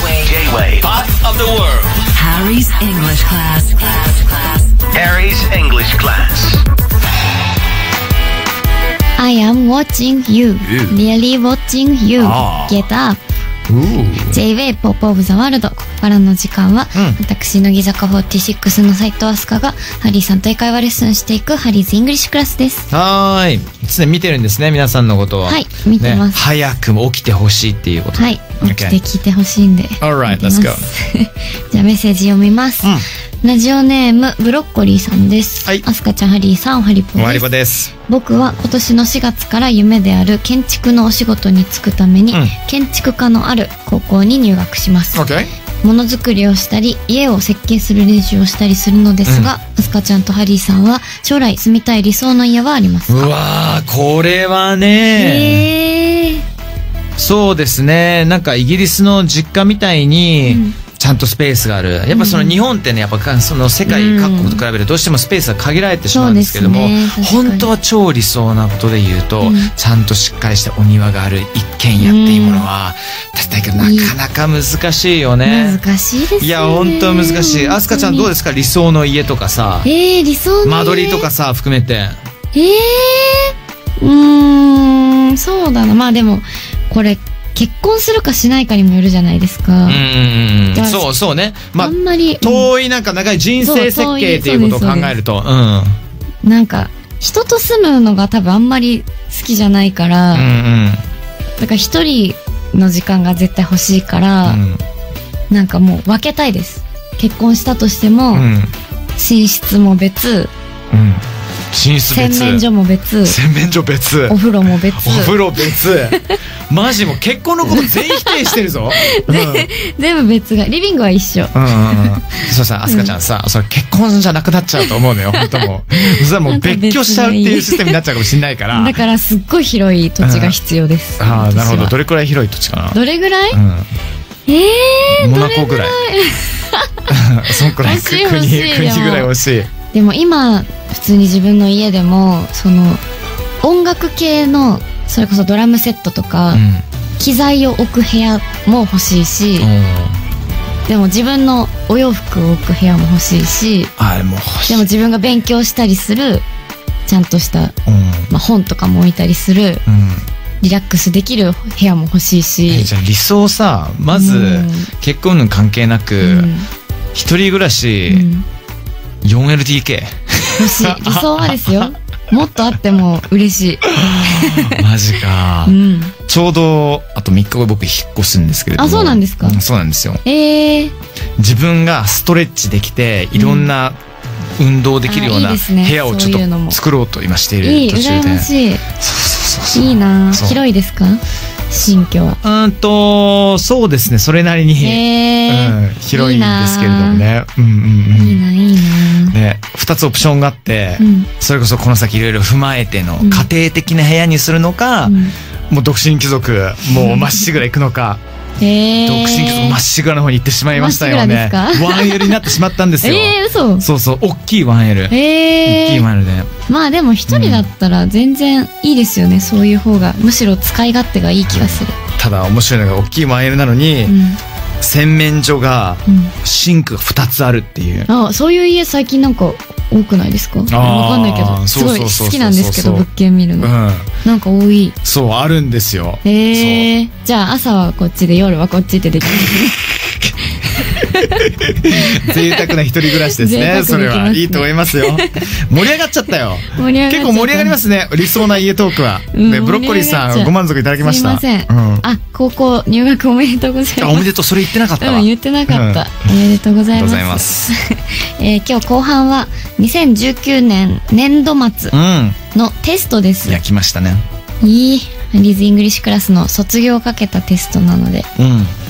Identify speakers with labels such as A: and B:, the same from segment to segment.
A: Freeway, thought of the world.
B: Harry's English class. class, class.
A: Harry's English class.
C: I am watching you.
D: Ew.
C: Merely watching you.
D: あー
C: Get up.
D: Ooh.
C: J-Way Pop of the World ここからの時間は、私乃木坂46の斉藤飛鳥がハリーさんと英会話レッスンしていくハリーズイングリッシュクラスです
D: はーい。常に見てるんですね、皆さんのことは。
C: はい見てます
D: ね、早くも起きてほしいっていうこと。
C: はい起き
D: Okay.
C: て聞いてほしいんで
D: Alright,
C: 見て
D: let's
C: ま
D: go.
C: す じゃあメッセージ読みます、ラジオネームブロッコリーさんです
D: はい
C: あすかちゃんハリーさんおはりぽ
D: 終わ
C: で
D: り
C: す
D: 場です。
C: 僕は今年の4月から夢である建築のお仕事に就くために、
D: うん
C: 建築科のある高校に入学します、
D: Okay.
C: ものづくりをしたり家を設計する練習をしたりするのですが、アスカちゃんとハリーさんは将来住みたい理想の家はあります
D: う
C: か
D: わー、これはね、
C: えー、
D: そうですね、なんかイギリスの実家みたいに、
C: うん
D: ちゃんとスペースがあるやっぱその日本ってねやっぱかその世界各国と比べるとどうしてもスペースが限られてしまうんですけど
C: そう
D: も、
C: ですね確かに
D: 本当は超理想なことで言うと、
C: うん
D: ちゃんとしっかりしたお庭がある一軒家っていうものは、建てたいけどなかなか難しいよね。
C: 難しいですね
D: いや本当難しい。あすかちゃんどうですすか理想の家とかさ、
C: えー、理想の家
D: 間取りとかさ含めて。
C: えー、うーんそうだなまあでもこれ結婚するかしないかにもよるじゃないですか、
D: うんうん
C: だ
D: うん。
C: から
D: そうそうね。ま
C: あ
D: あ
C: んまり、
D: 遠いなんか長い人生設計っていうことを考えると、うん。
C: うんなんか人と住むのが多分あんまり好きじゃないから、
D: うん
C: だから一人の時間が絶対欲しいから、なんかもう分けたいです結婚したとしても、
D: うん。うん。うん
C: 寝室も別
D: うん。寝室
C: 洗
D: 別。
C: 面所も別
D: 洗面所別。
C: お風呂も別
D: お風呂別。マジもう結婚のこと全否定して るぞ。うんうんうん
C: 全部別がリビングは一緒
D: うん。そうさ、アスカちゃんさ、それ結婚じゃなくなっちゃうと思うのよ、本当 もう。それはもう別居しちゃうっていうシステムになっちゃうかもしれないから。
C: だからすっごい広い土地が必要です、
D: ああ、
C: 私は
D: なるほど。どれくらい広い土地かな。
C: どれぐらい、
D: う
C: え
D: ん。
C: ー、
D: モ
C: ど
D: ナ
C: れ
D: コ
C: ぐ
D: ぐ
C: ら
D: ら
C: い
D: い。 そんくらい
C: 欲し
D: 国
C: い欲しい
D: 国ぐらい欲しい。
C: でも今普通に自分の家でもその音楽系のそれこそドラムセットとか、
D: う
C: 機材を置く部屋も欲しいし、
D: ん。
C: でも自分のお洋服を置く部屋も欲しいし
D: あれもう欲し
C: で
D: い
C: も。自分が勉強したりするちゃんとした、
D: うん。
C: まあ、本とかも置いたりする
D: うん。
C: リラックスできる部屋も欲しい
D: え
C: し
D: じゃあ理想さまず
C: うん
D: 結婚運関係なく、
C: うん
D: 一人暮らし
C: うん
D: 4LDK、
C: 欲 しい理想はですよもっとあっても嬉しい、
D: マジか、
C: うん、
D: ちょうどあと3日後僕引っ越すんですけれども
C: あそうなんですか
D: そうなんですよ
C: えー、
D: 自分がストレッチできていろんな運動できるよう
C: あ
D: ない
C: いですね
D: 部屋を
C: そ
D: ち
C: ういう
D: ょ
C: の
D: っと
C: も
D: 作ろうと今してい
C: いい
D: る途中
C: 羨
D: で
C: ましい
D: そうそうそうそう
C: いいな
D: そう
C: 広いですか新居は
D: うーんとそうですねそれなりに、
C: えー
D: うん、広いんですけれどもねうんうんうん
C: いいないいな
D: で2つオプションがあって、
C: うん
D: それこそこの先いろいろ踏まえての家
C: ん
D: 庭的な部屋にするのか、
C: うん
D: もう独身貴族もうまっしぐら行くのか、
C: えー、
D: 独身貴族まっしぐらの方に行ってしまいましたよ
C: まっ
D: ね
C: しぐらです
D: 1L になってしまったんですよ、
C: えー、嘘
D: そうそう大きい 1L、大き
C: え
D: い
C: ー、
D: 1L で
C: まあでも一人だったら全然いいですよね、そういう方がむしろ使い勝手がいい気がする、
D: ただ面白いのが大きい 1L なのに、
C: う
D: 洗面所が
C: んうん、
D: シンクが2つあるっていう
C: あそういう家最近なんか多くないですかわかんないけどす
D: そう
C: ご
D: そう
C: い
D: そうそう
C: 好きなんですけど物件見る
D: う
C: の
D: ん
C: なんか多い
D: そうあるんですよ
C: えー、じゃあ朝はこっちで夜はこっちってでき る
D: 贅沢な一人暮らしです
C: 贅
D: ね
C: 沢
D: それ
C: できます
D: は
C: ね
D: いいと思いま すよ盛り上がっちゃったよ
C: 盛り上がっちゃっ
D: 結
C: た
D: 構盛り上がりますね理想な家トークは、
C: うん
D: ねブロッコリ
C: 盛
D: ー
C: り上がっ
D: さ
C: ちゃ
D: ん
C: う
D: ご満足いただきました
C: すいません、
D: うん
C: あ高校入学おめでとうござい
D: あ
C: ま
D: お
C: す
D: めでとうそれ言ってなかったわ、
C: うん
D: あ
C: 言ってなかった、おめでとうござ
D: り
C: い
D: がと
C: ます
D: うございます
C: えー今日後半は2019年年度末
D: う
C: のテストです
D: んいや来ましたね
C: いいリーズ・イングリッシュクラスの卒業をかけたテストなので
D: う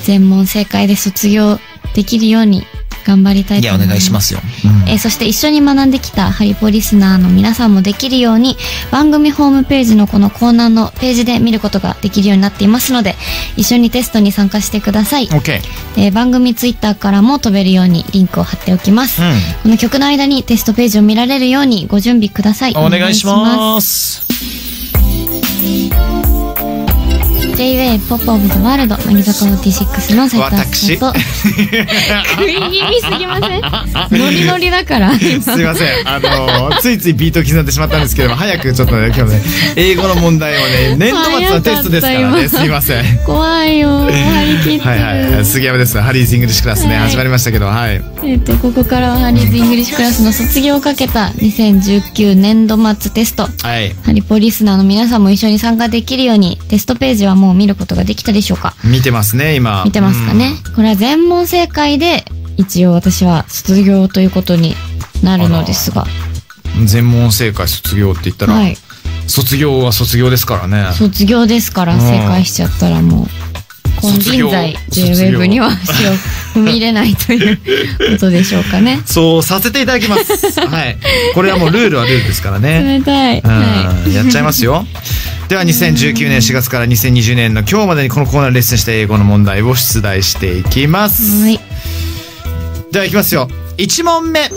C: 全問正解で卒業できるように頑張りた
D: ん
C: い
D: い
C: と
D: やお
C: 思います
D: 願いしますよ、
C: えーそして一緒に学んできたハリポリスナーの皆さんもできるように番組ホームページのこのコーナーのページで見ることができるようになっていますので一緒にテストに参加してください
D: うん、、OK
C: えー番組ツイッターからも飛べるようにリンクを貼っておきます、
D: う
C: この曲の間にテストページを見られるようにご準備ください
D: んお願いします
C: J-Way Pop of the World 乃木坂46の斉藤
D: 私
C: さん と食い気味すぎませんノリノリだから今
D: すいません。あのーついついビートを刻んでしまったんですけども、早くちょっとね、今日ね、英語の問 題をね、年度末のテストですからね、
C: 早かった今
D: すいません。
C: 怖いよ張り切ってる
D: はいはいはい、杉山です。ハリーズ・イングリッシュクラスね、
C: はい
D: 始まりましたけど、はい。
C: えっとここからはハリーズ・イングリッシュクラスの卒業をかけた2019年度末テスト
D: はい。
C: ハリポリスナーの皆さんも一緒に参加できるようにテストページはもう見ることができたでしょうか
D: 見てますね、今。
C: 見てますかねこれは全問正解で一応私は卒業ということになるのですが
D: うん。全問正解卒業って言ったら、
C: はい
D: 卒業は卒業ですからね。
C: 卒業ですから
D: うん
C: 正解しちゃったらもう金
D: 卒業
C: 輪際
D: 卒業
C: JWEB には足を踏み入れないということでしょうかね
D: そうさせていただ きます。はい。これはもうルールはルールですからね。
C: 冷たい、は
D: うんやっちゃいますよ。では2019年4月から2020年の今日までにこのコーナーでレッスンした英語の問題を出題していきます。
C: いはい
D: ではいきますよ。1問目。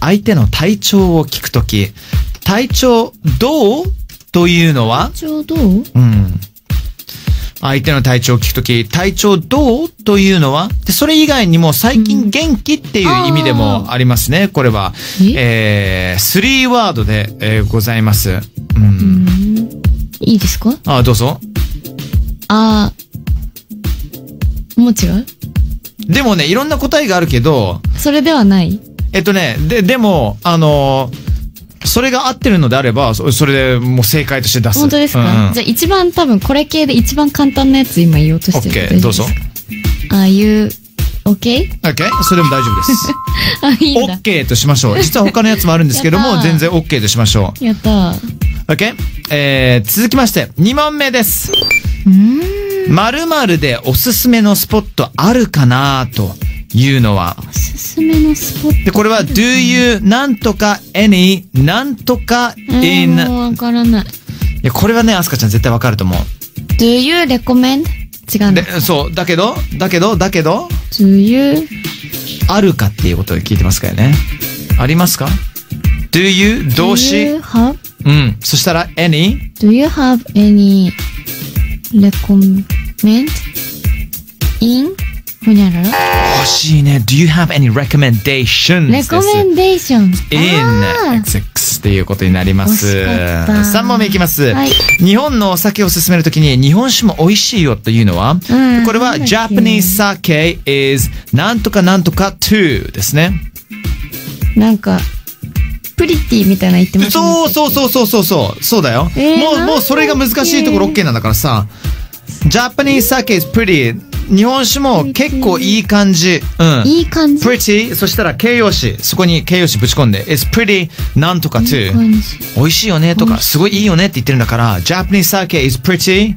D: 相手の体調を聞くとき、体調どうというのは、
C: ちょうどう
D: うん。相手の体調を聞くとき、体調どうというのはで、それ以外にも最近元気っていう意味でもありますね、これは。えー、スリーワードで、えーございます。うん
C: うんいいですか
D: あどうぞ。
C: あーもう違う
D: でもね、いろんな答えがあるけど、
C: それではない
D: えっとね、で、でも、あのーそれが合ってるのであれば、そそれでもう正解として出す。
C: 本当ですか、
D: うん
C: じゃあ一番多分これ系で一番簡単なやつ今言おうとしてる
D: OK、どうぞ。
C: あいう OK?
D: OK? それでも大丈夫です。
C: あ いいんだ
D: OK としましょう。実は他のやつもあるんですけど
C: やっ
D: も、
C: たー
D: 全然 OK としましょ
C: やった
D: う。OK? えー、続きまして、2問目です。〇〇でおすすめのスポットあるかなというのは、
C: おすすめのスポット
D: で、これは、do you なんとか any なんとか
C: え
D: in
C: ー、もうわからない
D: いや、これはね、アスカちゃん絶対わかると思う。
C: Do you recommend? 違うんだ
D: で、そう、だけど、だけど、だけど、
C: Do you
D: あるかっていうことを聞いてますからね。ありますか ?do you 動
C: Do you
D: 詞。
C: have?
D: うん。そしたら、any?
C: Do you have any recommend? in? ほにゃらら
D: 欲しいね。do you have any recommendations? です
C: Recommendation
D: in
C: あ
D: XX っていうことになります。
C: 惜しかった
D: 3問目いきます、
C: はい
D: 日本のお酒を勧めるときに日本酒も美味しいよというのは、
C: うん
D: これ
C: なん
D: は
C: だっけ
D: Japanese sake is なんとかなんとか to ですね。
C: ーなんかプリティみたいなの言ってましたね
D: そうそうそうそうそうそうそうだよ、
C: えーな
D: も
C: んだ
D: う
C: っけ
D: もうそれが難しいところ OK なんだからさ Japanese sake is pretty 日本酒も結構いい感じうん
C: いい感じ
D: pretty そしたら形容詞そこに形容詞ぶち込んで is pretty なんとか
C: いい
D: too
C: 感じ
D: 美味しいよねと
C: 美
D: か
C: 味
D: すごいいいよねって言ってるんだから Japanese sake is pretty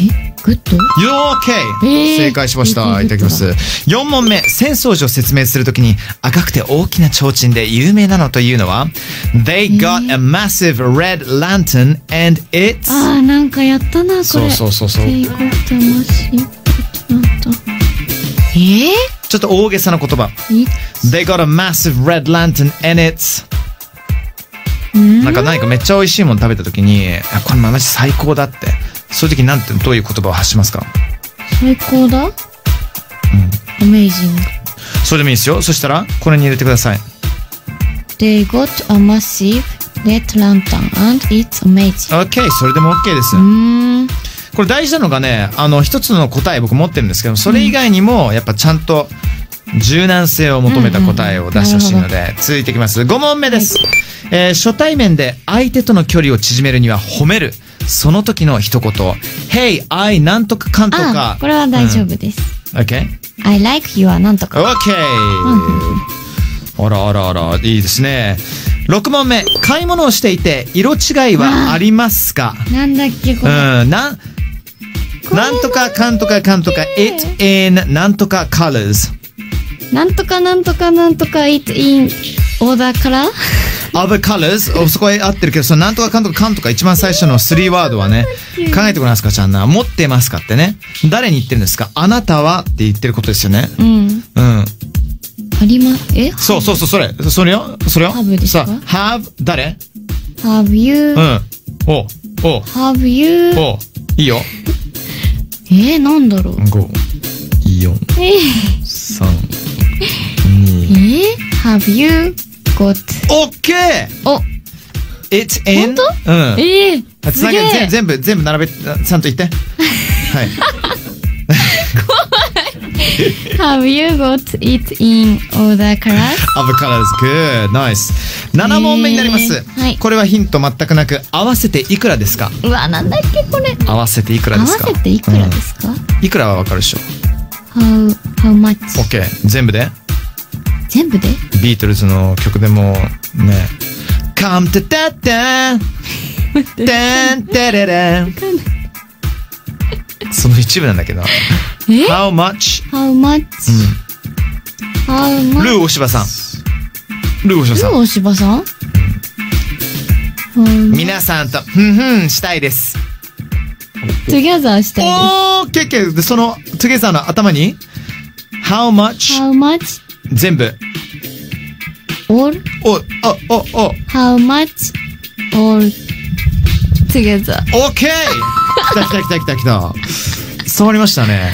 C: えグッド
D: You're okay、
C: えー
D: 正解しました
C: えー
D: いただきます4問目浅草寺を説明するときに赤くて大きな提灯で有名なのというのは They got a massive red lantern and it's
C: あーなんかやったなこれ
D: そうそうそうそう
C: 英語ってもしなんとえ
D: ちょっと大げさな言葉
C: ー、い
D: They got a massive red lantern and it's なんか何かめっちゃ美味しいもの食べたときにあこれマジ最高だってそういう時なんてどういう言葉を発しますか
C: 最高だ、うん、Amazing
D: それでもいいですよそしたらこれに入れてください
C: They got a massive red lantern and it's amazing
D: OK それでも OK です
C: うーん
D: これ大事なのがね、あの、一つの答え僕持ってるんですけど、それ以外にも、やっぱちゃんと柔軟性を求めた答えを出してほしいので、続いていきます。5問目です。えー初対面で相手との距離を縮めるには褒める。その時の一言。Hey, I なんとかかんと
C: あ
D: か。
C: これは大丈夫です、
D: OK?OK?、
C: I like you はなんとか
D: OK あらあらあら、いいですね。6問目。買い物をしていて、色違いはありますか
C: なんだっけこれ、
D: うん、なん、なんとかかんとかかんとか、it in なんとか colors。
C: なんとかなんとかなんとか it in order から
D: other colors? おそこは合ってるけど、そのなんとかかんとかかんとか一番最初の3ワードはね、考えてごらんすかちゃんな。持ってますかってね。誰に言ってるんですかあなたはって言ってることですよね。
C: うん
D: うん。
C: ありますえ
D: そうそうそう、それ。それよ。それよ。
C: Have ですか
D: さあ have 誰
C: Have you、
D: うん。お、お、
C: Have you
D: お、いいよ。
C: えー、なんだろう。
D: 五、四、
C: えー、
D: 三、
C: え
D: 二。
C: ー have you got,
D: オッケー。
C: お、
D: It's
C: 本
D: in
C: 当
D: うん。
C: えー、
D: つ
C: す
D: な
C: げ
D: げ
C: え
D: て全部全部並べちゃんと言 って。はい。
C: Have you got it in order から
D: Other colors good nice。七問目になります。
C: はい
D: これはヒント全くなく合わせていくらですか。
C: うわ、なんだっけこれ。
D: 合わせていくら
C: 合
D: で
C: わ
D: すか。
C: せていくらですか、
D: うんいくらはわかるでしょ。
C: ?How, how much?
D: OK 全部で。
C: 全部で
D: ビートルズの曲でもね「カムテタタンテンテレレン」その一部なんだけど「
C: え
D: How much?、
C: ?How much?、How
D: うん」
C: much?
D: ルー大柴さんルー大柴さ
C: ルー
D: ん
C: 大柴さん、うん、
D: 皆さんと「ふんふん」したいです
C: トゥギャザーしたい
D: おーけっけでそのトゥゲザーの頭に「How
C: です
D: much?」
C: How much?
D: 全部
C: All?
D: おおおお
C: How much? All together?
D: オーケー来た来た来た来た来た触りましたね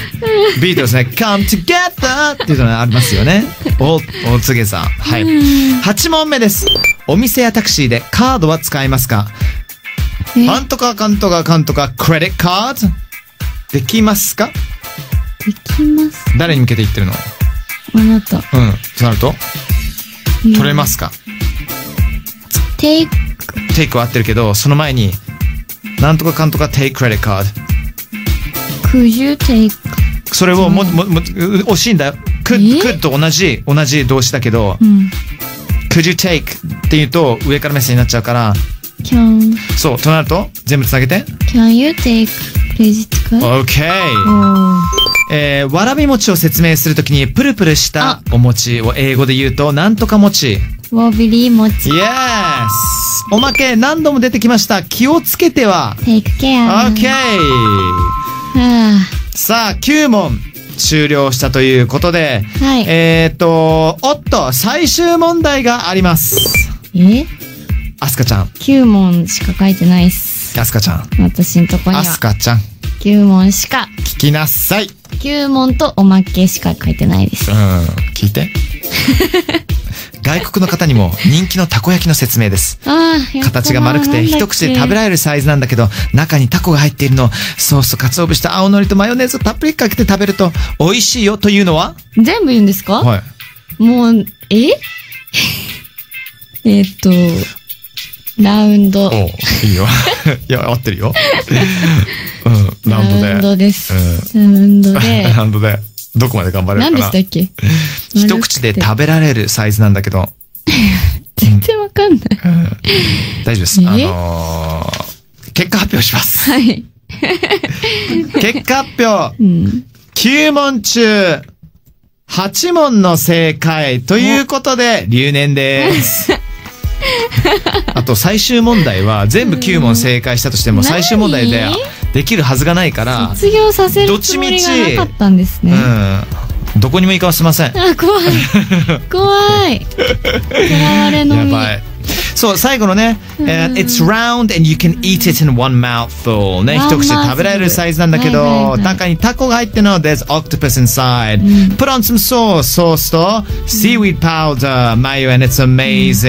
D: ビートルズね「Come Together」っていうのがありますよねおおつげさんはい8問目ですお店やタクシーでカードは使えますか
C: え
D: なんとかかんとかかんとかクレディカードできますか
C: できます。
D: 誰に向けて言ってるの
C: あなた。
D: うんとなると取れますか
C: Take
D: テイクは合ってるけどその前になんとかかんとかテイククレディカード
C: Could you take
D: それをももも惜しいんだよ。く
C: え
D: くと同じ同じ動詞だけど、
C: うん。
D: could you take って言うと上から目線になっちゃうから、
C: Can
D: そうとなると全部つなげて。
C: Can you take credit card?
D: OK。えー、わらび餅を説明するときにプルプルした
C: あ
D: お餅を英語で言うとなんとか餅。
C: おー。ウォビリー持ち。
D: Yes。おまけ何度も出てきました。気をつけては。
C: Take care.
D: OK。
C: は
D: さあ9問終了したということで、
C: はい
D: えっ、とおっと最終問題があります
C: あ。え
D: アスカちゃん
C: ?9 問しか書いてないっす。
D: アスカちゃん
C: 私んとこに
D: ア
C: は
D: ス。カちゃん
C: 9問しか。
D: 聞きなさいうん
C: 9問とおまけしか書いてないです。
D: 聞 いて外国の方にも人気のたこ焼きの説明です
C: ああ、やったな
D: 形が丸くて一口で食べられるサイズなんだけど中にタコが入っているのソースと鰹節と青のりとマヨネーズをたっぷりかけて食べると美味しいよというのは
C: 全部言うんですか、
D: い
C: もう、え えっと、ラウンド。
D: おうい いよ。いや、合ってるよ。うん、
C: ラ
D: ラウンドで。
C: ウンドです。ラウン
D: 。
C: ドで
D: ラウンドで。どこまで頑張れるか
C: 何
D: な
C: でしたっけ
D: 一口で食べられるサイズなんだけど、
C: 全然わかんない。
D: 大丈夫です。
C: え
D: あのー結果発表しま す。
C: はい。
D: 結果発表
C: うん。
D: !9 問中、8問の正解ということで、留 年です。あと最終問題は全部9問正解したとしても最終問題で
C: 何
D: できるはずがないから、
C: 卒業させ
D: ど
C: る
D: っち
C: つ
D: み
C: も
D: ち
C: りがなかったんですね。
D: うん。どこにも行かせません。や
C: あ、怖 い。怖い。嫌われのみ。
D: ばい。そう、最後のね、えー It's round and you can eat it in one mouthful ね、
C: ワン
D: 一口で食べられるサイズなんだけ
C: はいはい
D: ど
C: は、い
D: 中にタコが入ってるの、There's octopus inside、Put on some sauce, ソースと seaweed powder, mayo and it's amazing、you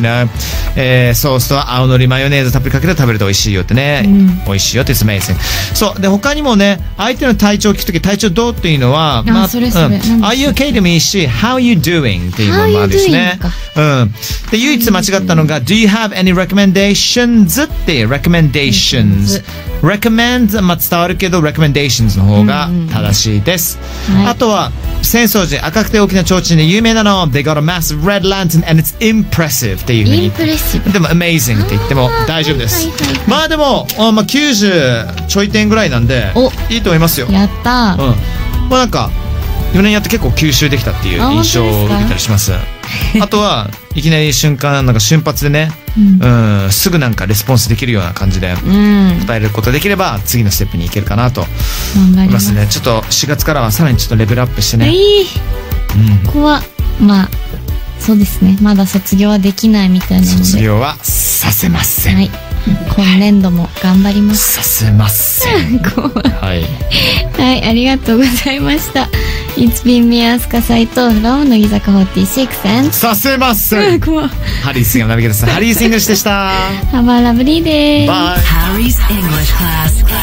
D: know、えーソースと青のりマヨネーズたっぷりかけて食べると美味しいよってね、美味しいよって It's amazing そう、で、他にもね、相手の体調を聞くとき、体調どうっていうのは、
C: あそれそれ
D: うん
C: 何でしたっけ
D: Are you okay でもいいし、How you doing っていうのもあるしね
C: How you doing。
D: うん。で、唯一間違ったのが、Do you have any recommendations? って、recommendations。recommend まあ伝わるけど、recommendations の方が正しいです。
C: はい
D: あとは、浅草寺、赤くて大きな提灯で有名なの、They got a massive red lantern and it's impressive っていうふうに
C: イン
D: 言って
C: プレッシブ。
D: でも Amazing って言っても大丈夫です
C: はいはいはいは。い
D: まあでも、あまあ、90ちょい点ぐらいなんで
C: お、
D: いいと思いますよ。
C: やったー。
D: うん、まあなんか4年やって結構吸収できたっていう
C: あ
D: 印象を
C: 本当です
D: 受
C: か
D: けたりしますあとはいきなり瞬間なんか瞬発でね、うんすぐなんかレスポンスできるような感じ
C: う
D: で
C: ん。
D: 答えることができれば次のステップに行けるかなと
C: 頑張
D: 思
C: り
D: い
C: ま
D: ますす。ねちょっと4月からはさらにちょっとレベルアップして
C: え
D: ね、
C: い怖っまあそうですねまだ卒業はできないみたいな
D: うん、
C: ので
D: 卒業はさせません、
C: はい今年度も頑張り ます。
D: させません
C: 怖い
D: はい
C: はい、ありがとうございました。It's been me, Asuka Saito from 乃木坂46 and
D: させません
C: 怖い
D: ハリー杉山ナビゲーターさんハリー・シングスでした
C: Have a lovely day!
D: バ
B: Harry's
D: イ
B: English class.